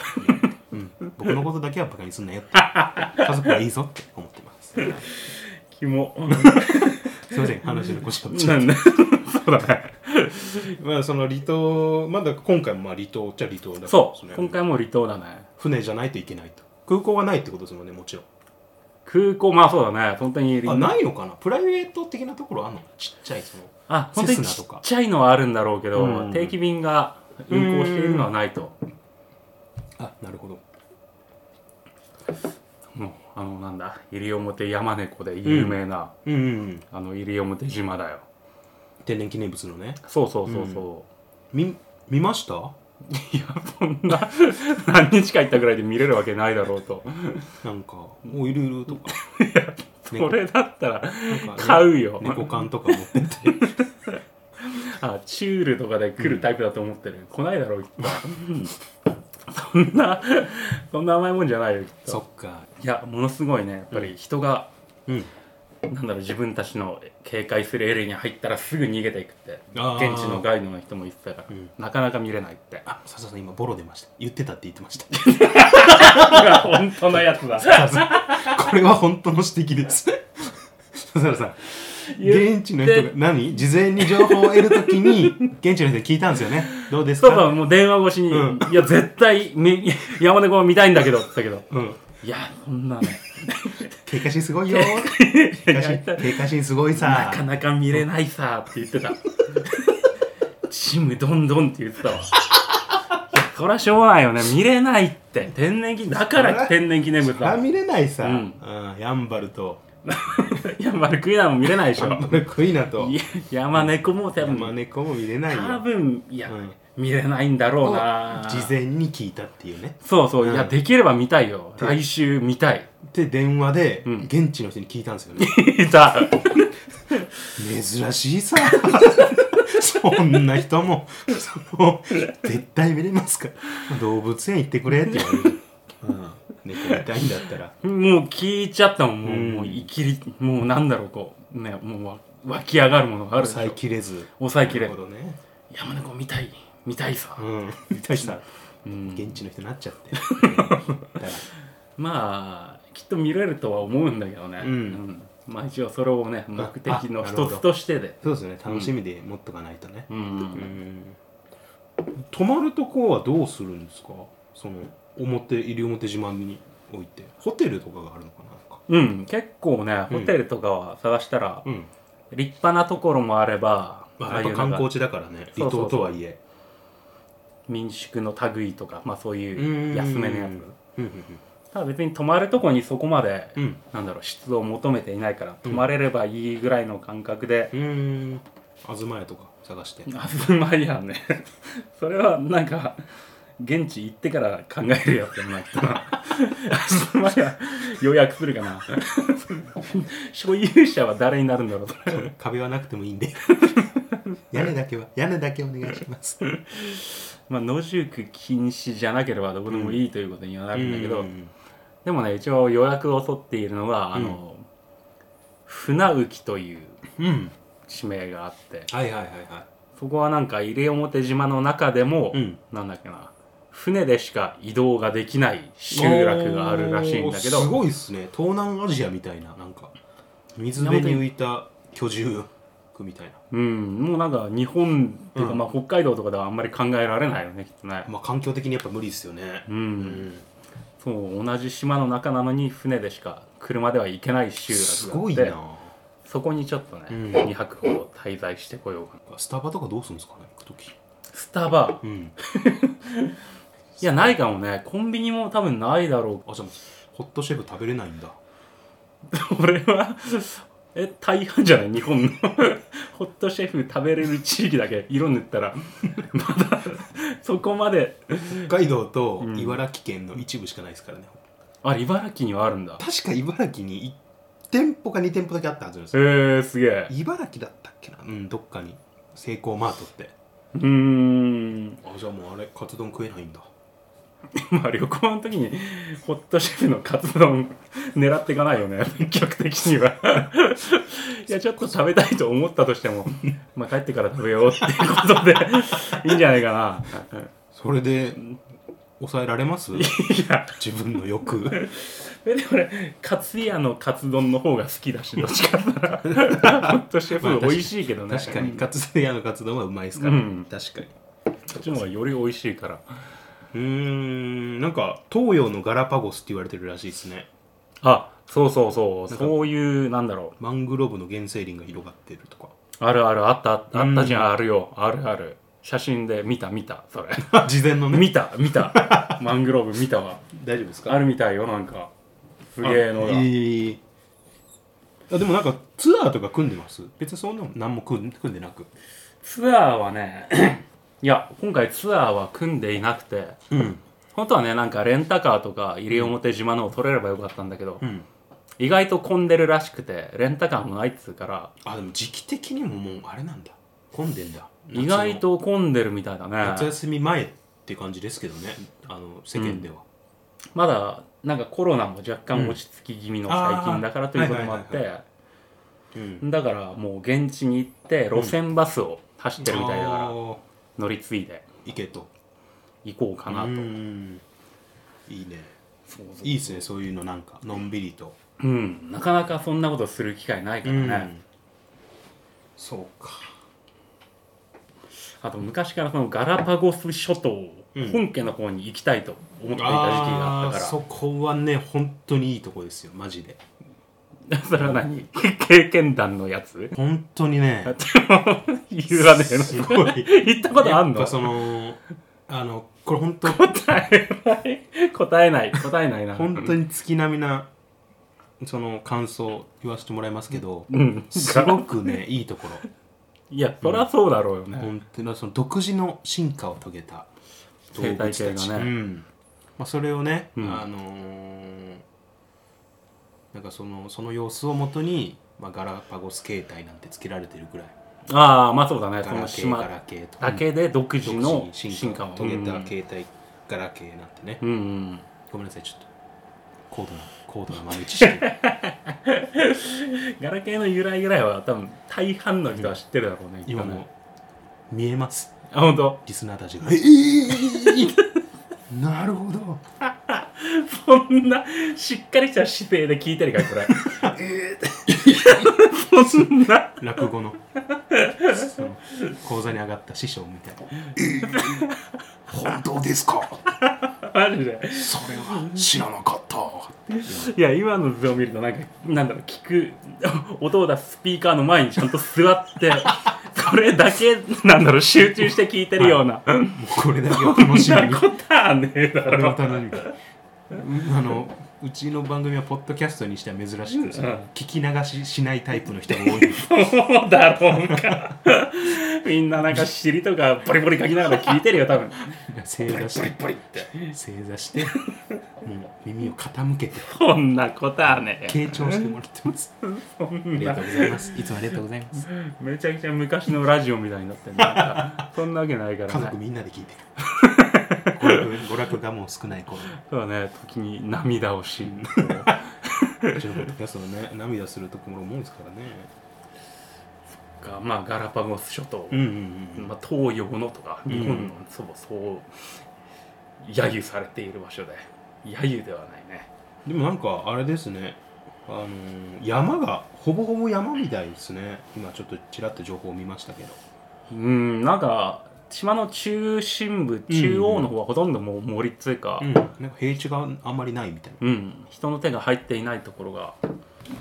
Speaker 2: うん、僕のことだけはバカにすんなよって家族はいいぞって思ってます
Speaker 1: キモ
Speaker 2: すいません話の腰をち
Speaker 1: なんだそうだね
Speaker 2: まあその離島まだ今回もまあ離島っちゃ離島だから
Speaker 1: そう
Speaker 2: ですね
Speaker 1: 今回も離島だね
Speaker 2: 船じゃないといけないと空港はないってことですもんねもちろん
Speaker 1: 空港まあそうだね本当に離
Speaker 2: あないのかなプライベート的なところあんのちっちゃいその
Speaker 1: あ本当に
Speaker 2: セス
Speaker 1: ち
Speaker 2: ナ
Speaker 1: っ
Speaker 2: とか
Speaker 1: ちゃいのはあるんだろうけど、
Speaker 2: うん
Speaker 1: 定期便が運行しているのはないと
Speaker 2: あなるほど
Speaker 1: もうあのなんだ西表山猫で有名な、
Speaker 2: うん、うん、
Speaker 1: あの西表島だよ
Speaker 2: 天然記念物のね
Speaker 1: そうそうそうそ
Speaker 2: み見ました
Speaker 1: う、いやそん な何日か行ったぐらいで見れるわけないだろうと
Speaker 2: なんかもういろいろとか
Speaker 1: それだったら
Speaker 2: なんかね
Speaker 1: 買うよ、
Speaker 2: 猫缶とか持って って
Speaker 1: あチュールとかで来るタイプだと思ってる、来ないだろうきっとそんなそんな甘いもんじゃないよきっと
Speaker 2: そっか
Speaker 1: いやものすごいねやっぱり人が、
Speaker 2: うん
Speaker 1: なんだろう自分たちの警戒するエリアに入ったらすぐ逃げていくって
Speaker 2: あー
Speaker 1: 現地のガイドの人も言ってたから、
Speaker 2: うん
Speaker 1: なかなか見れないって
Speaker 2: あ笹さん今ボロ出ました言ってたって言ってま した
Speaker 1: 本当のやつだ
Speaker 2: これは本当の指摘 です笹原さん現地の人が何事前に情報を得るとき に現地の人に聞いたんですよねどうですか
Speaker 1: そうそうもう電話越しに「
Speaker 2: うん
Speaker 1: いや絶対み山猫を見たいんだけど」って言ったけど
Speaker 2: うん
Speaker 1: 「いやそんなね
Speaker 2: 警戒心すごいよ警戒心警戒心すごい
Speaker 1: な
Speaker 2: さ
Speaker 1: かなか見れないさ」って言ってた「チームどんどん」って言ってたわいやそりゃしょうがないよね見れないって天然記だから天然記念物
Speaker 2: そりゃ
Speaker 1: だ
Speaker 2: 見れないさ、
Speaker 1: う
Speaker 2: うんんヤンバルと
Speaker 1: いや丸クイナも見れないでし
Speaker 2: ヤ
Speaker 1: ょ
Speaker 2: ンバルクイナと
Speaker 1: いや山猫も多
Speaker 2: 山
Speaker 1: 分
Speaker 2: 猫も見れないよ
Speaker 1: 多分いや、
Speaker 2: うん
Speaker 1: 見れないんだろうな
Speaker 2: 事前に聞いたっていうね
Speaker 1: そうそう、
Speaker 2: うん
Speaker 1: いやできれば見たいよ
Speaker 2: で
Speaker 1: 来週見たい
Speaker 2: で電話で
Speaker 1: うん
Speaker 2: 現地の人に聞いたんですよね、
Speaker 1: いた
Speaker 2: 珍しいさ そんな人もその絶対見れますか動物園行ってくれって言われる、うん、猫見たいんだったら
Speaker 1: もう聞いちゃったもんもう,、
Speaker 2: うん
Speaker 1: もういきりもうなんだろうこうねもうわ湧き上がるものがあるでしょ
Speaker 2: 抑えきれず
Speaker 1: 抑えきれ
Speaker 2: なるほどね、
Speaker 1: 山猫見たい見たいさ、
Speaker 2: うん、見たいさ
Speaker 1: うん
Speaker 2: 現地の人になっちゃって、だから
Speaker 1: まあきっと見れるとは思うんだけどね、
Speaker 2: うん
Speaker 1: うんまあ一応それをね目的の
Speaker 2: あなるほ
Speaker 1: 一
Speaker 2: ど
Speaker 1: つとしてで
Speaker 2: そうですね楽しみで持っとかないとね、
Speaker 1: うん、
Speaker 2: うん泊まるとこはどうするんですかその表西表島においてホテルとかがあるのかななんか
Speaker 1: うん、結構ねホテルとかは探したら、
Speaker 2: うん、
Speaker 1: 立派なところもあれば、
Speaker 2: ま
Speaker 1: あ
Speaker 2: あ、
Speaker 1: あ
Speaker 2: や
Speaker 1: い
Speaker 2: っ
Speaker 1: う
Speaker 2: ぱ
Speaker 1: な
Speaker 2: 観
Speaker 1: んか
Speaker 2: 光地だからね
Speaker 1: そう
Speaker 2: 離
Speaker 1: そうそう
Speaker 2: 島とはいえ
Speaker 1: 民宿の類とか、まあ、そう
Speaker 2: う
Speaker 1: い
Speaker 2: ん
Speaker 1: う安めのや
Speaker 2: うん
Speaker 1: つただ別に泊まるとこにそこまで、
Speaker 2: うんうん
Speaker 1: なんだろう質を求めていないから
Speaker 2: うん
Speaker 1: 泊まれればいいぐらいの感覚で、
Speaker 2: うん東屋とか探して
Speaker 1: あずまいやね それはなんか現地行ってから考えるやつだなきっとなあずまや予約するか な所有者は誰になるんだろうそれ
Speaker 2: 壁はなくてもいいんで屋根だけは屋根だけお願いします
Speaker 1: まあ野宿禁止じゃなければどこでもいいということにはなるんだけど、
Speaker 2: うん
Speaker 1: でもね一応予約を取っているのが、あの船浮という
Speaker 2: うん
Speaker 1: 地名があって
Speaker 2: はいはいはいは
Speaker 1: そこはなんか西表島の中でも、
Speaker 2: い、うん、
Speaker 1: なんだっけな船でしか移動ができない集落があるらしいんだけ
Speaker 2: おーす
Speaker 1: ど
Speaker 2: ごいっすね東南アジアみたいななんか水辺に浮いた居住区みたいな
Speaker 1: うん、もうなんか日本っていうか、
Speaker 2: うん
Speaker 1: まあ、北海道とかではあんまり考えられないよねきっとね、
Speaker 2: まあ環境的にやっぱ無理ですよね
Speaker 1: うん
Speaker 2: うん
Speaker 1: そう同じ島の中なのに船でしか車では行けない集落があって
Speaker 2: すごいな
Speaker 1: そこにちょっとね、
Speaker 2: うん
Speaker 1: 2泊ほど滞在してこようかな
Speaker 2: スタバとかどうするんですかね行く時
Speaker 1: スタバ
Speaker 2: うん
Speaker 1: いやないかもねコンビニも多分ないだろ
Speaker 2: あじゃあホットシェフ食べれないんだ
Speaker 1: う 俺はえ大半じゃない日本の ホットシェフ食べれる地域だけ色塗ったら まだそこまで
Speaker 2: 北海道と
Speaker 1: うん
Speaker 2: 茨城県の一部しかないですからね、
Speaker 1: あ茨城にはあるんだ
Speaker 2: 確か茨城に1店舗か2店舗だけあったはずなんです
Speaker 1: へ
Speaker 2: よ
Speaker 1: えすげえ
Speaker 2: 茨城だったっけなうんどっかにセイコーマートって
Speaker 1: うーん
Speaker 2: あじゃあもうあれカツ丼食えないんだ
Speaker 1: まあ旅行の時にホットシェフのカツ丼狙っていかないよね積極的にはいやちょっと食べたいと思ったとしてもまあ帰ってから食べようっていうことでいいんじゃないかな
Speaker 2: それで抑えられます
Speaker 1: いや
Speaker 2: 自分の 欲
Speaker 1: えでも俺カツ屋のカツ丼の方が好きだしどっちかって言ったらホットシェフ美味しいけどね
Speaker 2: 確かにカツ屋のカツ丼はうまいですから、
Speaker 1: うん
Speaker 2: 確かに
Speaker 1: こっちの方がより美味しいから
Speaker 2: うーんなんか東洋のガラパゴスって言われてるらしいですね
Speaker 1: あそうそうそう
Speaker 2: なんか
Speaker 1: そういうなんだろ
Speaker 2: マングローブの原生林が広がってるとか
Speaker 1: うあるあるあったあったあったじゃ
Speaker 2: うん
Speaker 1: んあるよあるある写真で見た見たそれ
Speaker 2: 事前 の
Speaker 1: 見た見たマングローブ見たわ
Speaker 2: 大丈夫ですか
Speaker 1: あるみたいよなんかすげえのが、
Speaker 2: あいいあでもなんかツアーとか組んでます別にそんなの何も組ん組んでなく
Speaker 1: ツアーはね いや今回ツアーは組んでいなくて
Speaker 2: うん
Speaker 1: 本当はねなんかレンタカーとか西表島のを取れればよかったんだけど、
Speaker 2: うん
Speaker 1: 意外と混んでるらしくてレンタカーもないっつうから
Speaker 2: あでも時期的にももうあれなんだ混んでんだ
Speaker 1: 意外と混んでるみたいだ
Speaker 2: 夏の夏
Speaker 1: ね
Speaker 2: 休み前って感じですけどねあの世間では、
Speaker 1: まだなんかコロナも若干落ち着き気味の最近だからということもあっ
Speaker 2: あーはい
Speaker 1: て
Speaker 2: うん
Speaker 1: だからもう現地に行って路線バスを走ってるみたいだから
Speaker 2: 行
Speaker 1: 乗り継いで
Speaker 2: けと
Speaker 1: 行こうかなと
Speaker 2: うんいいね
Speaker 1: そうそう
Speaker 2: いいですねそういうのなんかのんびりと
Speaker 1: うんなかなかそんなことする機会ないからね
Speaker 2: そうか
Speaker 1: あと昔からそのガラパゴス諸島
Speaker 2: うん
Speaker 1: 本家の方に行きたいと思っていた時期があ
Speaker 2: あ
Speaker 1: っ
Speaker 2: ー
Speaker 1: たか
Speaker 2: そこはね本当にいいとこですよマジで
Speaker 1: らそれは何経験談のやつ
Speaker 2: 本当にね
Speaker 1: 言わねえの
Speaker 2: すごい
Speaker 1: 行ったことあん
Speaker 2: やっ
Speaker 1: の
Speaker 2: ぱそのあのこれ本当
Speaker 1: 答えない答えない答えないな
Speaker 2: 本当に月並みなその感想言わせてもらいますけど、
Speaker 1: うん
Speaker 2: すごくねいいところ
Speaker 1: いやそりゃそうだろうよね、
Speaker 2: 本当にその独自の進化を遂げた動物たち
Speaker 1: 生態系がね
Speaker 2: うんまあ、それをね、
Speaker 1: うん
Speaker 2: あのーなんかそのその様子をもとに、まあ、ガラパゴス形態なんてつけられてるぐらい
Speaker 1: ああまあそうだね
Speaker 2: ガ
Speaker 1: そ
Speaker 2: ラ
Speaker 1: の
Speaker 2: ケーガ
Speaker 1: 島
Speaker 2: ラケーと
Speaker 1: だけで独自
Speaker 2: 独
Speaker 1: の
Speaker 2: 自
Speaker 1: 進
Speaker 2: に進化
Speaker 1: 化
Speaker 2: を
Speaker 1: を
Speaker 2: 遂げ
Speaker 1: う
Speaker 2: た
Speaker 1: ん
Speaker 2: 形態、ガラケーなんてね、
Speaker 1: うんうん
Speaker 2: ごめんなさいちょっと高度な高度な豆 知識
Speaker 1: ガラケーの由来ぐらいは多分大半の人は知ってるだろうね、きっ
Speaker 2: 今
Speaker 1: とね
Speaker 2: もう見えます
Speaker 1: あ本当。
Speaker 2: リスナーたちが「ええ なるほど
Speaker 1: そんなしっかりした姿勢で聞いてるからこれそんな
Speaker 2: 落語のその講座に上がった師匠みたいな「本当ですか
Speaker 1: マジで
Speaker 2: それは知らなかった」
Speaker 1: いや今の図を見るとなんかなんだろう聞く音を出すスピーカーの前にちゃんと座ってそれだけなんだろう集中して聞いてるような、
Speaker 2: もうこれだけは楽し
Speaker 1: そ
Speaker 2: み
Speaker 1: ん
Speaker 2: に
Speaker 1: なことはねえだ
Speaker 2: これ
Speaker 1: ろ
Speaker 2: は楽しみにうあのうちの番組はポッドキャストにしては珍しくて、
Speaker 1: うん
Speaker 2: 聞き流ししないタイプの人が多い
Speaker 1: そうだろうかみんななんか尻とかボリボリ書きながら聞いてるよ多分
Speaker 2: 正座して正座してもう耳を傾けて
Speaker 1: そんなことはねえ
Speaker 2: 傾聴してもらってます
Speaker 1: そ
Speaker 2: あ
Speaker 1: ん
Speaker 2: り
Speaker 1: な
Speaker 2: がとうございますいつもありがとうございます
Speaker 1: めちゃくちゃ昔のラジオみたいになって るなんかそんなわけないから、ね、
Speaker 2: 家族みんなで聞いてる 娯楽娯楽がもう少ない頃
Speaker 1: そうだね時に涙をし
Speaker 2: うちのポッドキャストのね涙するところも多いですからね
Speaker 1: がまあガラパゴス諸島、
Speaker 2: んうん
Speaker 1: まあ、東洋のとか
Speaker 2: うん
Speaker 1: 日本のそうそう揶揄されている場所で揶揄ではないね
Speaker 2: でもなんかあれですねあのー山がほぼほぼ山みたいですね今ちょっとちらっと情報を見ましたけど
Speaker 1: うんなんか島の中心部中央の方はほとんどもう森っていうか、う
Speaker 2: うんんなんか平地があんまりないみたいな
Speaker 1: 人の手が入っていないところが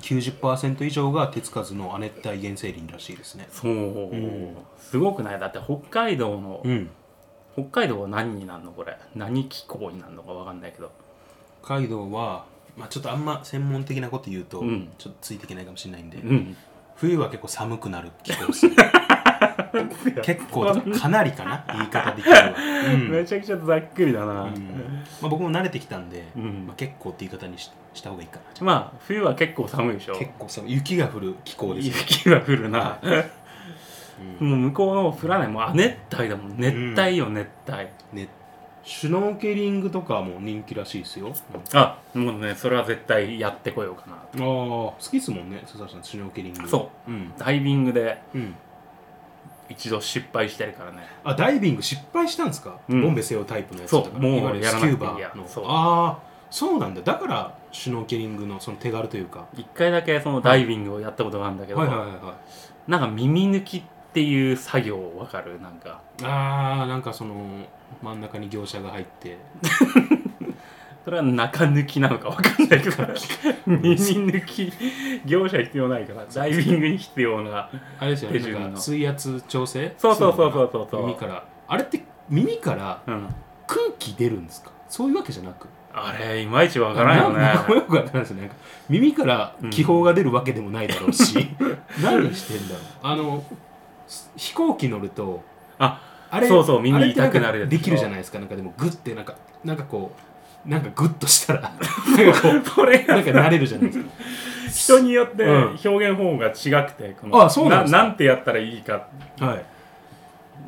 Speaker 2: 90%以上が手つかずの亜熱帯原生林らしいですね
Speaker 1: そう、
Speaker 2: ん
Speaker 1: すごくないだって北海道の、
Speaker 2: うん
Speaker 1: 北海道は何になるのこれ何気候になるのかわかんないけど
Speaker 2: 北海道は、まあ、ちょっとあんま専門的なこと言うと、
Speaker 1: うん
Speaker 2: ちょっとついていけないかもしれないんで、
Speaker 1: うん
Speaker 2: 冬は結構寒くなる気候 ですね結構とかかなりかな言い方的には、うん
Speaker 1: めちゃくちゃざっくりだな、
Speaker 2: うんまあ、僕も慣れてきたんで、
Speaker 1: うん
Speaker 2: まあ、結構って言い方にしした方がいいかな
Speaker 1: まあ冬は結構寒いでしょ
Speaker 2: 結構寒い雪が降る気候ですね
Speaker 1: 雪が降るな、
Speaker 2: う
Speaker 1: もう向こうの降らないもう亜熱帯だもん熱帯よ、熱帯
Speaker 2: ねシュノーケリングとかも人気らしいですよ
Speaker 1: あもうねそれは絶対やってこようかな
Speaker 2: ああ好きですもんね佐々木さんシュノーケリング
Speaker 1: そう
Speaker 2: うん、
Speaker 1: ダイビングで
Speaker 2: うん、
Speaker 1: 一度失敗してるからね
Speaker 2: あダイビング失敗したんですか、
Speaker 1: うん
Speaker 2: ボンベセオタイプのやつ
Speaker 1: そう
Speaker 2: だから
Speaker 1: もう
Speaker 2: いわゆる
Speaker 1: やら
Speaker 2: ス
Speaker 1: な
Speaker 2: キ
Speaker 1: くていい
Speaker 2: ューバ
Speaker 1: や
Speaker 2: ーの
Speaker 1: そう
Speaker 2: ああそうなんだだからシュノーケリングのその手軽というか
Speaker 1: 一回だけそのダイビングをやったことがあるんだけど、
Speaker 2: はいはいはいはい
Speaker 1: なんか耳抜きっていう作業わかるなんか
Speaker 2: あーなんかその真ん中に業者が入って
Speaker 1: それは中抜きなのかわかんないけど耳抜き業者必要ないからダイビングに必要な
Speaker 2: あれですよね
Speaker 1: 手順の
Speaker 2: なんか水圧調整
Speaker 1: そうそうそうそうそう
Speaker 2: するのかな耳からあれって耳から
Speaker 1: うん
Speaker 2: 空気出るんですかそういうわけじゃなく
Speaker 1: あれいまいちわからんよ
Speaker 2: ななんか
Speaker 1: ね
Speaker 2: よくわからんですよねなんか耳から気泡が出るわけでもないだろうし、 何してんだろうあのす飛行機乗ると
Speaker 1: あ
Speaker 2: あれ
Speaker 1: そうそう耳
Speaker 2: あれってんか
Speaker 1: 痛くなるやつ
Speaker 2: できるじゃないですかなんかでもグッてなんかなんかこうなんかグッとしたら なんかこう
Speaker 1: これが
Speaker 2: なんか慣れるじゃないですか
Speaker 1: 人によって
Speaker 2: うん
Speaker 1: 表現方法が違くてこの
Speaker 2: あそうなんですか
Speaker 1: なんてやったらいいか
Speaker 2: はい、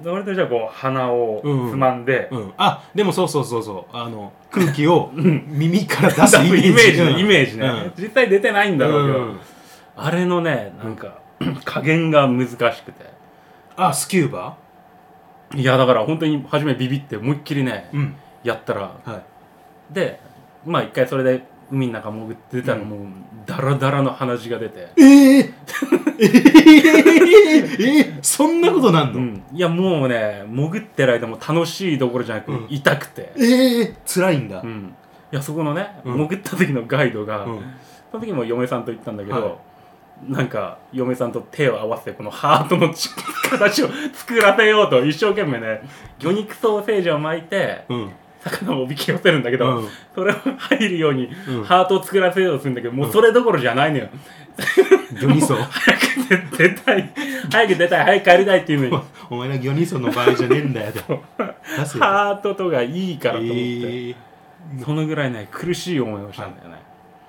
Speaker 1: それとじゃあこう鼻をつまんで、
Speaker 2: うん、あでもそうそうそうそうあの空気を耳から出す
Speaker 1: 出
Speaker 2: イ
Speaker 1: す イ
Speaker 2: メ
Speaker 1: メ
Speaker 2: ー
Speaker 1: ー
Speaker 2: ジ
Speaker 1: ジねイメージね、
Speaker 2: うん
Speaker 1: 実際出てないんだろうけど、
Speaker 2: うん
Speaker 1: あれのねなんか 加減が難しくて
Speaker 2: あスキューバ
Speaker 1: いやだから本当に初めビビって思いっきりね、
Speaker 2: ーうん
Speaker 1: やったら
Speaker 2: はい
Speaker 1: でまあ一回それで海の中潜って出たらもうダラダラの鼻血が出て、
Speaker 2: ええー、 えー、えー、そんなことなんの、
Speaker 1: うんいやもうね潜ってる間も楽しいどころじゃなく、
Speaker 2: うん
Speaker 1: 痛くて、
Speaker 2: ええー、辛いんだ、
Speaker 1: うん、いやそこのね、
Speaker 2: うん
Speaker 1: 潜った時のガイドが、
Speaker 2: うん
Speaker 1: その時も嫁さんと行ったんだけど、
Speaker 2: は
Speaker 1: なんか嫁さんと手を合わせてこのハートのち形を作らせようと一生懸命ね魚肉ソーセージを巻いて
Speaker 2: うん
Speaker 1: 魚をおびき寄せるんだけど、
Speaker 2: うん
Speaker 1: それを入るように
Speaker 2: うん
Speaker 1: ハートを作らせようとするんだけど、もうそれどころじゃないのよ、
Speaker 2: 魚ニソ
Speaker 1: 早く出たい早く出たい早く帰りたいっていう のに
Speaker 2: お前ら魚ニソの場合じゃねえんだよと出せよ
Speaker 1: ハートとかいいからと思って、
Speaker 2: ええ
Speaker 1: そのぐらいね苦しい思いをしたんだよね、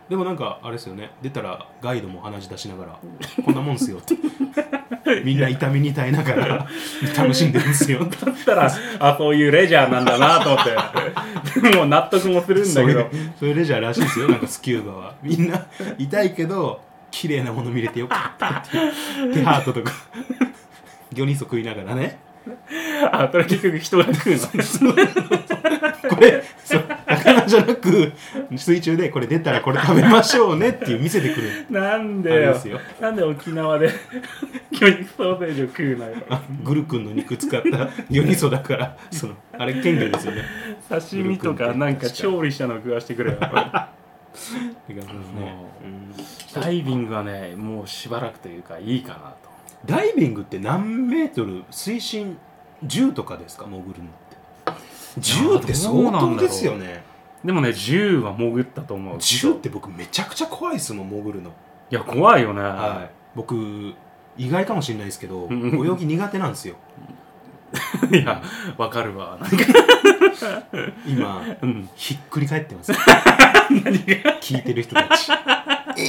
Speaker 2: でもなんかあれですよね出たらガイドも話し出しながら「こんなもんっすよ」って みんな痛みに耐えながら楽しんでるんすよって
Speaker 1: だったら あそういうレジャーなんだなと思 ってでもう納得もするん
Speaker 2: そ
Speaker 1: だ
Speaker 2: うい
Speaker 1: け
Speaker 2: う
Speaker 1: ど
Speaker 2: そういうレジャーらしいですよなんかスキューバは みんな痛いけど綺麗なもの見れてよかったっていうでハートとか魚ニソ食いながらね
Speaker 1: あそれ結局人が食うの
Speaker 2: これそう魚じゃなく水中でこれ出たらこれ食べましょうねっていう見せてくる
Speaker 1: なん
Speaker 2: あ
Speaker 1: で
Speaker 2: れ
Speaker 1: よ
Speaker 2: ですよ
Speaker 1: なんで沖縄で 魚肉ソーセージを食うのよ
Speaker 2: あグル君の肉使った魚ニソだからそのあれ鮮魚ですよね
Speaker 1: 刺身とかなんか調理したのを食わしてくれよ
Speaker 2: てかもうねうん
Speaker 1: ダイビングはねもうしばらくというかいいかなと
Speaker 2: ダイビングって何メートル水深10とかですか潜るのって10って相当ですよね
Speaker 1: でもね10は潜ったと思う
Speaker 2: 10って僕めちゃくちゃ怖いですもん潜るの
Speaker 1: いや怖いよね、
Speaker 2: はい僕意外かもしれないですけど
Speaker 1: んうん
Speaker 2: 泳ぎ苦手なんですよ
Speaker 1: い、やわかるわなんか
Speaker 2: 今
Speaker 1: うん
Speaker 2: ひっくり返ってます聞いてる人たち え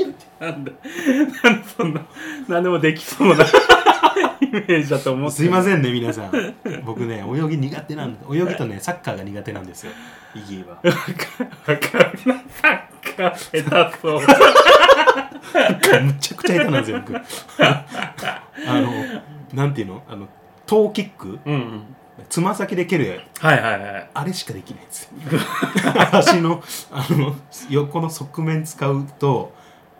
Speaker 2: えーって
Speaker 1: なんだなんでそんな何でもできそうな イメージだと思って
Speaker 2: すいませんね皆 さん僕ね泳ぎ苦手なんで泳ぎとねサッカーが苦手なんですよイギーは
Speaker 1: わかるサッカー下手そう
Speaker 2: むちゃくちゃ下手なんですよ 僕あのなんていうのあのトーキック
Speaker 1: うんうん
Speaker 2: つま先で蹴る
Speaker 1: はいはいはい
Speaker 2: あれしかできないんですよ足のあの横の側面使うと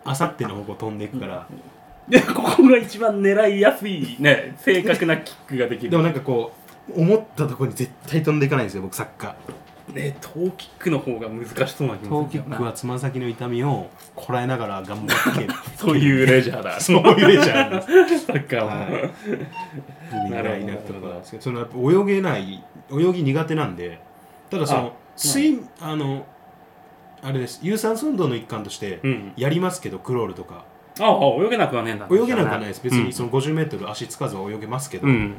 Speaker 2: あさっての方向飛んでいくから、
Speaker 1: でここが一番狙いやすいね正確なキックができる
Speaker 2: でもなんかこう思ったところに絶対飛んでいかないんですよ僕サッカ
Speaker 1: ねトーキックの方が難しそうな気
Speaker 2: ー
Speaker 1: も
Speaker 2: ト
Speaker 1: するけ
Speaker 2: ーキ
Speaker 1: ど
Speaker 2: ッ
Speaker 1: な
Speaker 2: クはつま先の痛みをこらえながら頑張って
Speaker 1: そういうレジャーだ
Speaker 2: そういうレジャーなんです
Speaker 1: サッカーも、
Speaker 2: はい意味
Speaker 1: な
Speaker 2: が
Speaker 1: るほど
Speaker 2: ないなってことなんですけどそのやっぱ泳げない泳ぎ苦手なんでただそ
Speaker 1: あ
Speaker 2: の水あのあれです有酸素運動の一環として
Speaker 1: うん
Speaker 2: やりますけどクロールとか
Speaker 1: ああ泳げなくはねえんだ
Speaker 2: 泳げなくはないです別に
Speaker 1: うん
Speaker 2: その 50m 足つかずは泳げますけど、
Speaker 1: うん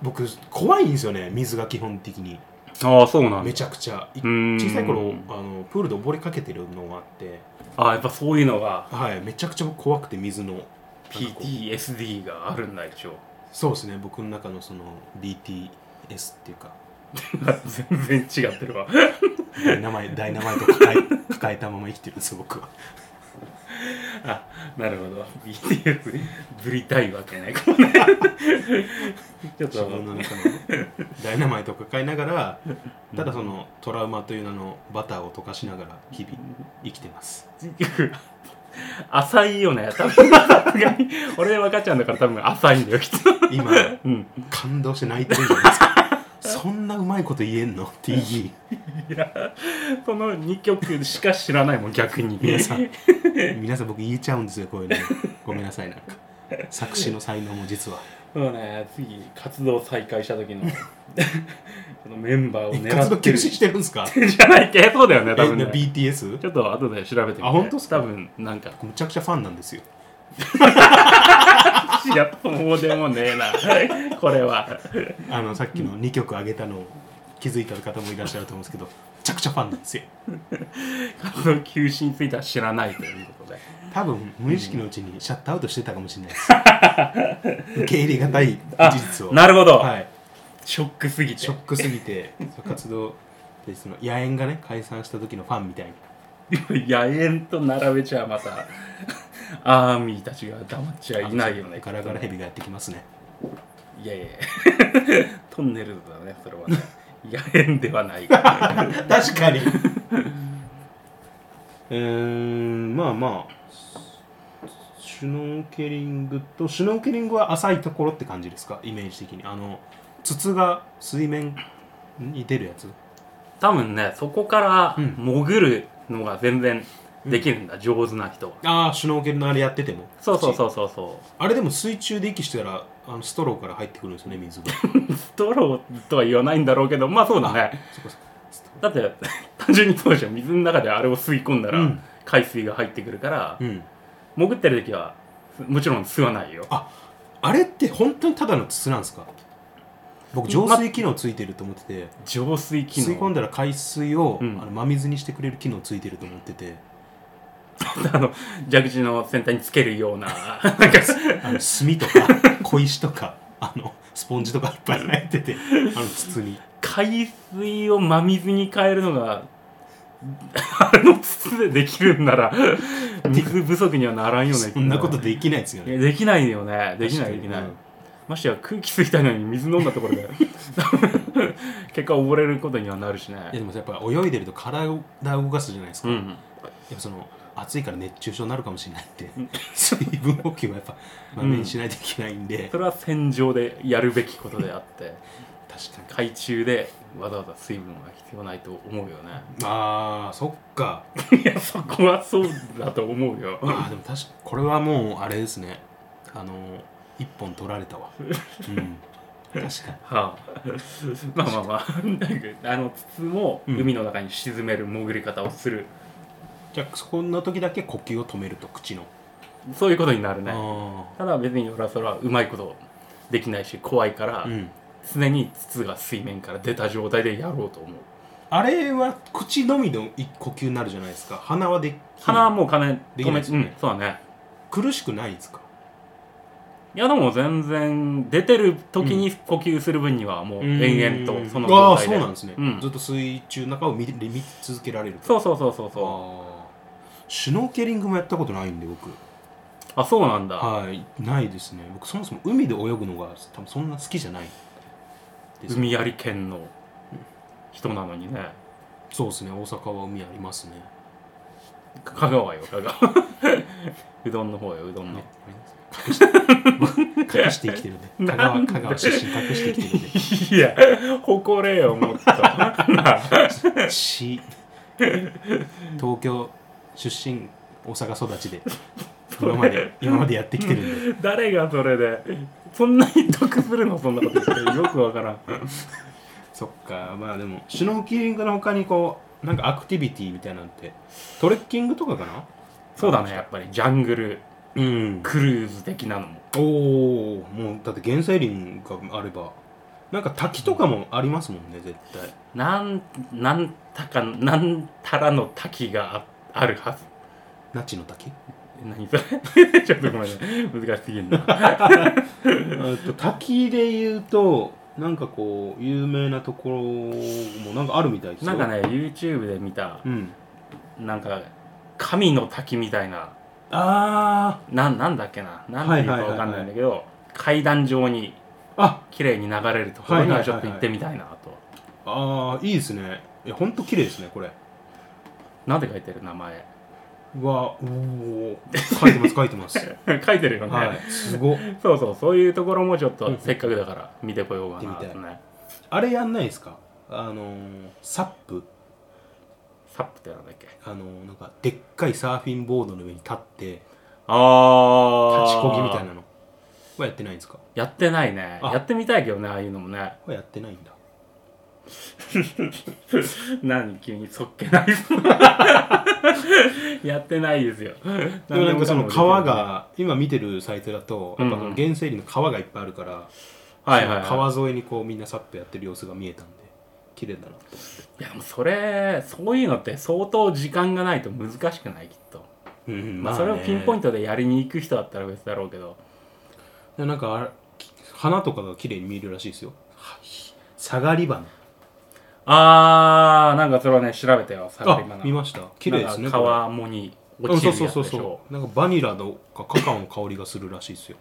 Speaker 2: 僕怖いんですよね水が基本的に
Speaker 1: ああそうなん
Speaker 2: め
Speaker 1: だ
Speaker 2: ちゃくちゃい
Speaker 1: うん
Speaker 2: 小さい頃あのプールで溺れかけてるのがあって
Speaker 1: ああやっぱそういうのが
Speaker 2: はいめちゃくちゃ怖くて水の
Speaker 1: PTSD があるんだ一応
Speaker 2: そうですね僕の中のその DTS っていうか
Speaker 1: 全然違ってるわ
Speaker 2: ダイ ナマイダイナマイト抱え抱えたまま生きてるんです僕は
Speaker 1: あなるほど BTS ぶりたいわけねこれねちょっ
Speaker 2: 自
Speaker 1: と
Speaker 2: 分の中のダイナマイトを抱えながらただそのトラウマという名のバターを溶かしながら日々生きてます
Speaker 1: 浅いよね多分さすがに俺分かっちゃうんだから多分浅いんだよきっと
Speaker 2: 今
Speaker 1: うん
Speaker 2: 感動して泣いてるじゃないですかそんなうまいこと言えんのって言い
Speaker 1: いやその2曲しか知らないもん逆に
Speaker 2: 皆さん皆さん僕言えちゃうんですよこういうのごめんなさいなんか作詞の才能も実は
Speaker 1: そうね次活動再開した 時のこのメンバーを
Speaker 2: 一
Speaker 1: 狙
Speaker 2: 括
Speaker 1: って
Speaker 2: と
Speaker 1: る
Speaker 2: 休止してるんです か
Speaker 1: じゃないっけそうだよね多分ね、
Speaker 2: え BTS
Speaker 1: ちょっと後で調べてみて
Speaker 2: あ本当っすか
Speaker 1: 多分なんか
Speaker 2: むちゃくちゃファンなんですよ
Speaker 1: いやそうでもねえな これは
Speaker 2: あのさっきの2曲上げたのを気づいた方もいらっしゃると思うんですけどめちゃくちゃファンなんですよ
Speaker 1: 活動休止については知らないということで
Speaker 2: 多分無意識のうちにシャットアウトしてたかもしれないです 受け入れがたい
Speaker 1: あ
Speaker 2: 事実を
Speaker 1: なるほど、
Speaker 2: はい、
Speaker 1: ショックすぎて
Speaker 2: ショックすぎて活動でその野猿がね解散した時のファンみたいに
Speaker 1: 野猿と並べちゃまたアーミーたちが黙っちゃいないよね
Speaker 2: ガラガラヘビがやってきますね
Speaker 1: いやいや トンネルズだねそれはね野猿では ないから、
Speaker 2: 確かに うーんまあまあシュノーケリングとシュノーケリングは浅いところって感じですかイメージ的にあの筒が水面に出るやつ
Speaker 1: 多分ねそこから
Speaker 2: うん
Speaker 1: 潜るのが全然できるんだ、上手な人は
Speaker 2: ああシュノーケルのあれやってても
Speaker 1: そうそう
Speaker 2: う
Speaker 1: そうそうそ
Speaker 2: あれでも水中で息してたらあのストローから入ってくるんですよね水 が
Speaker 1: うストローとは言わないんだろうけどまあそうだね
Speaker 2: そこそこストロ
Speaker 1: だって 単純にそうでしょ水の中であれを吸い込んだら、
Speaker 2: うん
Speaker 1: 海水が入ってくるから、
Speaker 2: ーうん
Speaker 1: 潜ってる時はもちろん吸わないよ
Speaker 2: あれって本当にただの筒なんですか僕浄水機能ついてると思ってて、
Speaker 1: 浄水機
Speaker 2: 吸い込ん
Speaker 1: 能
Speaker 2: だら海水を、
Speaker 1: うん
Speaker 2: あの真水にしてくれる機能ついてると思って て
Speaker 1: あの蛇口の先端につけるようななんか
Speaker 2: あの炭とか 小石とかあのスポンジとかいっぱい入っててあの筒 に
Speaker 1: 海水を真水に変えるのが あの筒でできるんなら水不足にはならんよね
Speaker 2: そんなことできないですよ
Speaker 1: いや
Speaker 2: ね
Speaker 1: できないよねできないできない、
Speaker 2: うん
Speaker 1: ましてや空気吸いたいのに水飲んだところで 結果溺れることにはなるし
Speaker 2: いや
Speaker 1: ね
Speaker 2: でもさやっぱ泳いでると体を動かすじゃないですか、
Speaker 1: う
Speaker 2: やっ
Speaker 1: ん
Speaker 2: ぱその暑いから熱中症になるかもしれないって 水分補給はやっぱまめにしないといけないんで、
Speaker 1: それは戦場でやるべきことであって
Speaker 2: 確かに
Speaker 1: 海中でわざわざ水分は必要ないと思うよね
Speaker 2: あーそっか
Speaker 1: いやそこはそうだと思うよ
Speaker 2: あーでも確かこれはもうあれですねあのー一本取られ たわ、うん、確かに
Speaker 1: はあ、まあまあまあなんかあの筒も海の中に沈める潜り方をする、
Speaker 2: じゃあそこの時だけ呼吸を止めると口の、
Speaker 1: そういうことになるね
Speaker 2: あ
Speaker 1: ただ別に俺はそれはうまいことできないし怖いから、
Speaker 2: あうん
Speaker 1: 常に筒が水面から出た状態でやろうと思う
Speaker 2: あれは口のみの一呼吸になるじゃないですか鼻はでき
Speaker 1: 鼻はもう金止
Speaker 2: できな
Speaker 1: め
Speaker 2: いですよね
Speaker 1: うん、そうだね
Speaker 2: 苦しくないですか
Speaker 1: いやでも全然出てる時に呼吸する分にはもう延々とその
Speaker 2: あ
Speaker 1: 状
Speaker 2: あ
Speaker 1: 態
Speaker 2: そ
Speaker 1: で、
Speaker 2: うなんですね、
Speaker 1: うん
Speaker 2: ずっと水中の中を見て見続けられる
Speaker 1: そうそうそうそうそう
Speaker 2: あーシュノーケリングもやったことないんで僕
Speaker 1: あそうなんだ、
Speaker 2: はいないですね僕そもそも海で泳ぐのが多分そんな好きじゃないです
Speaker 1: 海あり県の人なのにね
Speaker 2: そうですね大阪は海ありますね
Speaker 1: 香川よ香川 うどんの方ようどんの、
Speaker 2: 隠して生きてる ね香川香川出身隠して生きてるね
Speaker 1: いや誇れよもっと
Speaker 2: し東京出身大阪育ちで今まで今までやってきてるんで
Speaker 1: 誰がそれでそんなに得するのそんなこと言ってよくわからん
Speaker 2: そっかまあでもシュノーキリングの他にこうなんかアクティビティみたいなのってトレッキングとかかな
Speaker 1: そうだねやっぱりジャングル
Speaker 2: うん
Speaker 1: クルーズ的なのも
Speaker 2: おおもうだって原生林があればなんか滝とかもありますもんね絶対
Speaker 1: なんなんたかなんたらの滝がああるはず
Speaker 2: 那智の滝
Speaker 1: 何それ ちょっとごめんね難しすぎるな
Speaker 2: えっと滝で言うとなんかこう有名なところもなんかあるみたいですよ
Speaker 1: なんかね YouTube で見た
Speaker 2: うん
Speaker 1: なんか神の滝みたいな
Speaker 2: あ
Speaker 1: なんなんだっけななんていうかわかんないんだけど、階段状に
Speaker 2: ーあ
Speaker 1: 綺麗に流れるところにはい
Speaker 2: はいははい
Speaker 1: ちょ
Speaker 2: はい
Speaker 1: っと行ってみたいなと、
Speaker 2: あーいいですねいやほんと綺麗ですねこれ
Speaker 1: なんて書いてる名前
Speaker 2: わおー書いてます書い てます
Speaker 1: 書いてるよね、
Speaker 2: はいすごっ
Speaker 1: そうそうそういうところもちょっ
Speaker 2: うん
Speaker 1: と
Speaker 2: うん
Speaker 1: せっかくだから見てこようかなと
Speaker 2: 見てみ
Speaker 1: ね
Speaker 2: あれやんないですかあのーサップ
Speaker 1: サップってなんだっけ
Speaker 2: あのーなんかでっかいサーフィンボードの上に立って
Speaker 1: あ
Speaker 2: 立ちこぎみたいなのはやってないんですか
Speaker 1: やってないね
Speaker 2: あ
Speaker 1: やってみたいけどねああいうのもね
Speaker 2: はやってないんだ
Speaker 1: 何急にそっけない やってないですよ
Speaker 2: でもなんかその
Speaker 1: 何でも
Speaker 2: 川が今見てるサイトだとやっぱこ
Speaker 1: うんうん
Speaker 2: の原生林の川がいっぱいあるから、
Speaker 1: はいはい、はい、
Speaker 2: その川沿いにこうみんなサップやってる様子が見えたんで綺麗だなと
Speaker 1: いやでもそれそういうのって相当時間がないと難しくないきっと、
Speaker 2: うんうん
Speaker 1: まあ、それをピンポイン
Speaker 2: ト
Speaker 1: トでやりに行く人だったら別だろうけど
Speaker 2: なんかあれき花とかが綺麗に見えるらしいですよはひ下がり花
Speaker 1: あーなんかそれはね調べたよサラリーマン
Speaker 2: あ
Speaker 1: が
Speaker 2: 見ました綺麗です
Speaker 1: な
Speaker 2: ね
Speaker 1: んか川面に
Speaker 2: これ
Speaker 1: 落ちるやつでしょ
Speaker 2: うんそうそうそうそうなんかバニラのかカカオの香りがするらしいですよ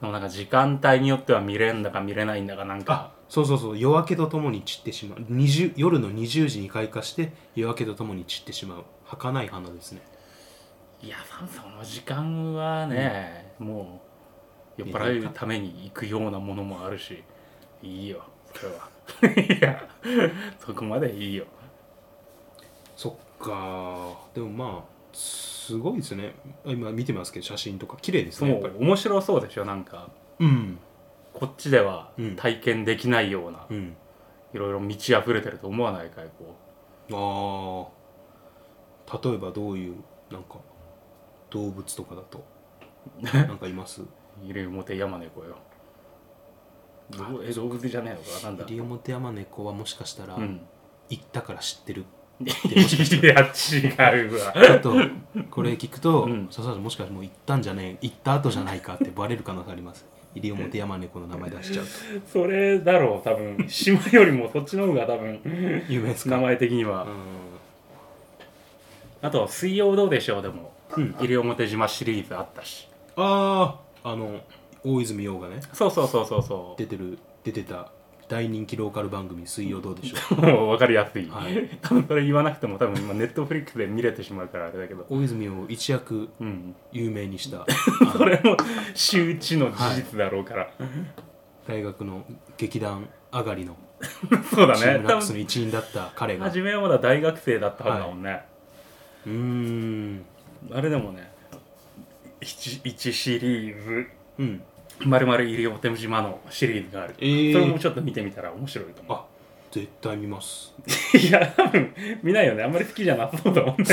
Speaker 1: でもなんか時間帯によっては見れんだか見れないんだかなんか
Speaker 2: あそうそうそう夜明けとともに散ってしまう20夜の20時に開花して夜明けとともに散ってしまう儚い花ですね
Speaker 1: いやさその時間はね、もう酔っ払うために行くようなものもあるしいいよそれは いやそこまでいいよ
Speaker 2: そっかでもまあすごいですね今見てますけど写真とか綺麗です
Speaker 1: そ
Speaker 2: ねやっぱり
Speaker 1: う面白そうでしょなんか
Speaker 2: うん
Speaker 1: こっちでは
Speaker 2: うん
Speaker 1: 体験できないような、
Speaker 2: うん
Speaker 1: いろいろ満ち溢れてると思わないかいこ
Speaker 2: ああ例えばどういうなんか動物とかだ となんかいます
Speaker 1: うイリオモテヤマネコよどうえ動物じゃねえのかなんだ
Speaker 2: 西表山猫はもしかしたら
Speaker 1: うん
Speaker 2: 行ったから知ってる、
Speaker 1: いや違うわ
Speaker 2: ちょっとこれ聞くと
Speaker 1: うん
Speaker 2: 笹原、もしかしてもう行ったんじゃねえ行った後じゃないかってバレる可能性あります西表山猫の名前出しちゃう と
Speaker 1: それだろう多分島よりもそっちの方が多 分
Speaker 2: 有名ですか
Speaker 1: 名前的には、
Speaker 2: う
Speaker 1: あと「水曜どうでしょう」でも
Speaker 2: ん、うん、
Speaker 1: 西表島シリーズあったし
Speaker 2: あああの大泉洋がね
Speaker 1: そうそうそうそうそ
Speaker 2: 出てる出てた大人気ローカル番組「水曜どうでしょ
Speaker 1: う もう分かりやすい、
Speaker 2: はい
Speaker 1: 多分それ言わなくても多分今ネットフリックスで見れてしまうからあれだけど
Speaker 2: う」大泉洋を一躍
Speaker 1: うん
Speaker 2: 有名に した
Speaker 1: それも周知の事実だろうから、
Speaker 2: 大学の劇団上がりの
Speaker 1: そうだ
Speaker 2: チー
Speaker 1: ね
Speaker 2: ムラッ
Speaker 1: 多
Speaker 2: クスの
Speaker 1: 分
Speaker 2: 一員だった彼がう
Speaker 1: 初めはまだ大学生だったはずだもんね、
Speaker 2: ーん
Speaker 1: あれでもね 1, 一シリーズ
Speaker 2: うん
Speaker 1: まるまる西表島のシリーズがある、
Speaker 2: えー
Speaker 1: それもちょっと見てみたら面白いと思う
Speaker 2: あ絶対見ます
Speaker 1: いや多分見ないよねあんまり好きじゃなさそうだもんね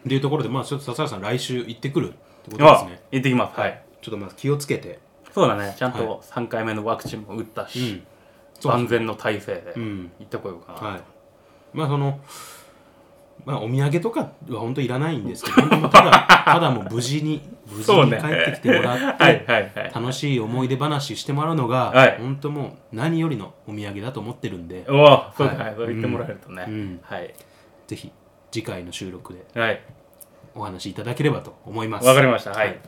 Speaker 2: っていうところでまあちょっと笹原さん来週行ってくるってことです
Speaker 1: あ
Speaker 2: ね
Speaker 1: 行ってきますはい、
Speaker 2: ちょっとまあ気をつけて
Speaker 1: そうだねちゃん
Speaker 2: は
Speaker 1: と3回目のワクチンも打った
Speaker 2: う
Speaker 1: し
Speaker 2: ん、そう
Speaker 1: 万全の体制で
Speaker 2: う
Speaker 1: 行
Speaker 2: ん
Speaker 1: ってこようかな、
Speaker 2: はいまあそのまあお土産とかは本当いらないんですけど本当ただただもう無事に無事
Speaker 1: そう
Speaker 2: に
Speaker 1: ね
Speaker 2: 帰ってきてもらって、
Speaker 1: はいはいはい
Speaker 2: 楽しい思い出話してもらうのが、
Speaker 1: はい
Speaker 2: 本当もう何よりのお土産だと思ってるんで、
Speaker 1: おおそうか、
Speaker 2: は
Speaker 1: はいい、そう言ってもらえるとね、
Speaker 2: うんうん
Speaker 1: はい
Speaker 2: ぜひ次回の収録で
Speaker 1: はい
Speaker 2: お話しいただければと思います。
Speaker 1: わかりましたはい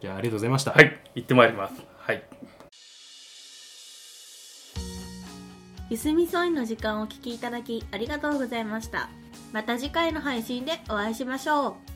Speaker 2: じゃあありがとうございました。
Speaker 1: はい行ってまいりますはい
Speaker 3: ゆすみそいの時間をお聞きいただきありがとうございましたまた次回の配信でお会いしましょう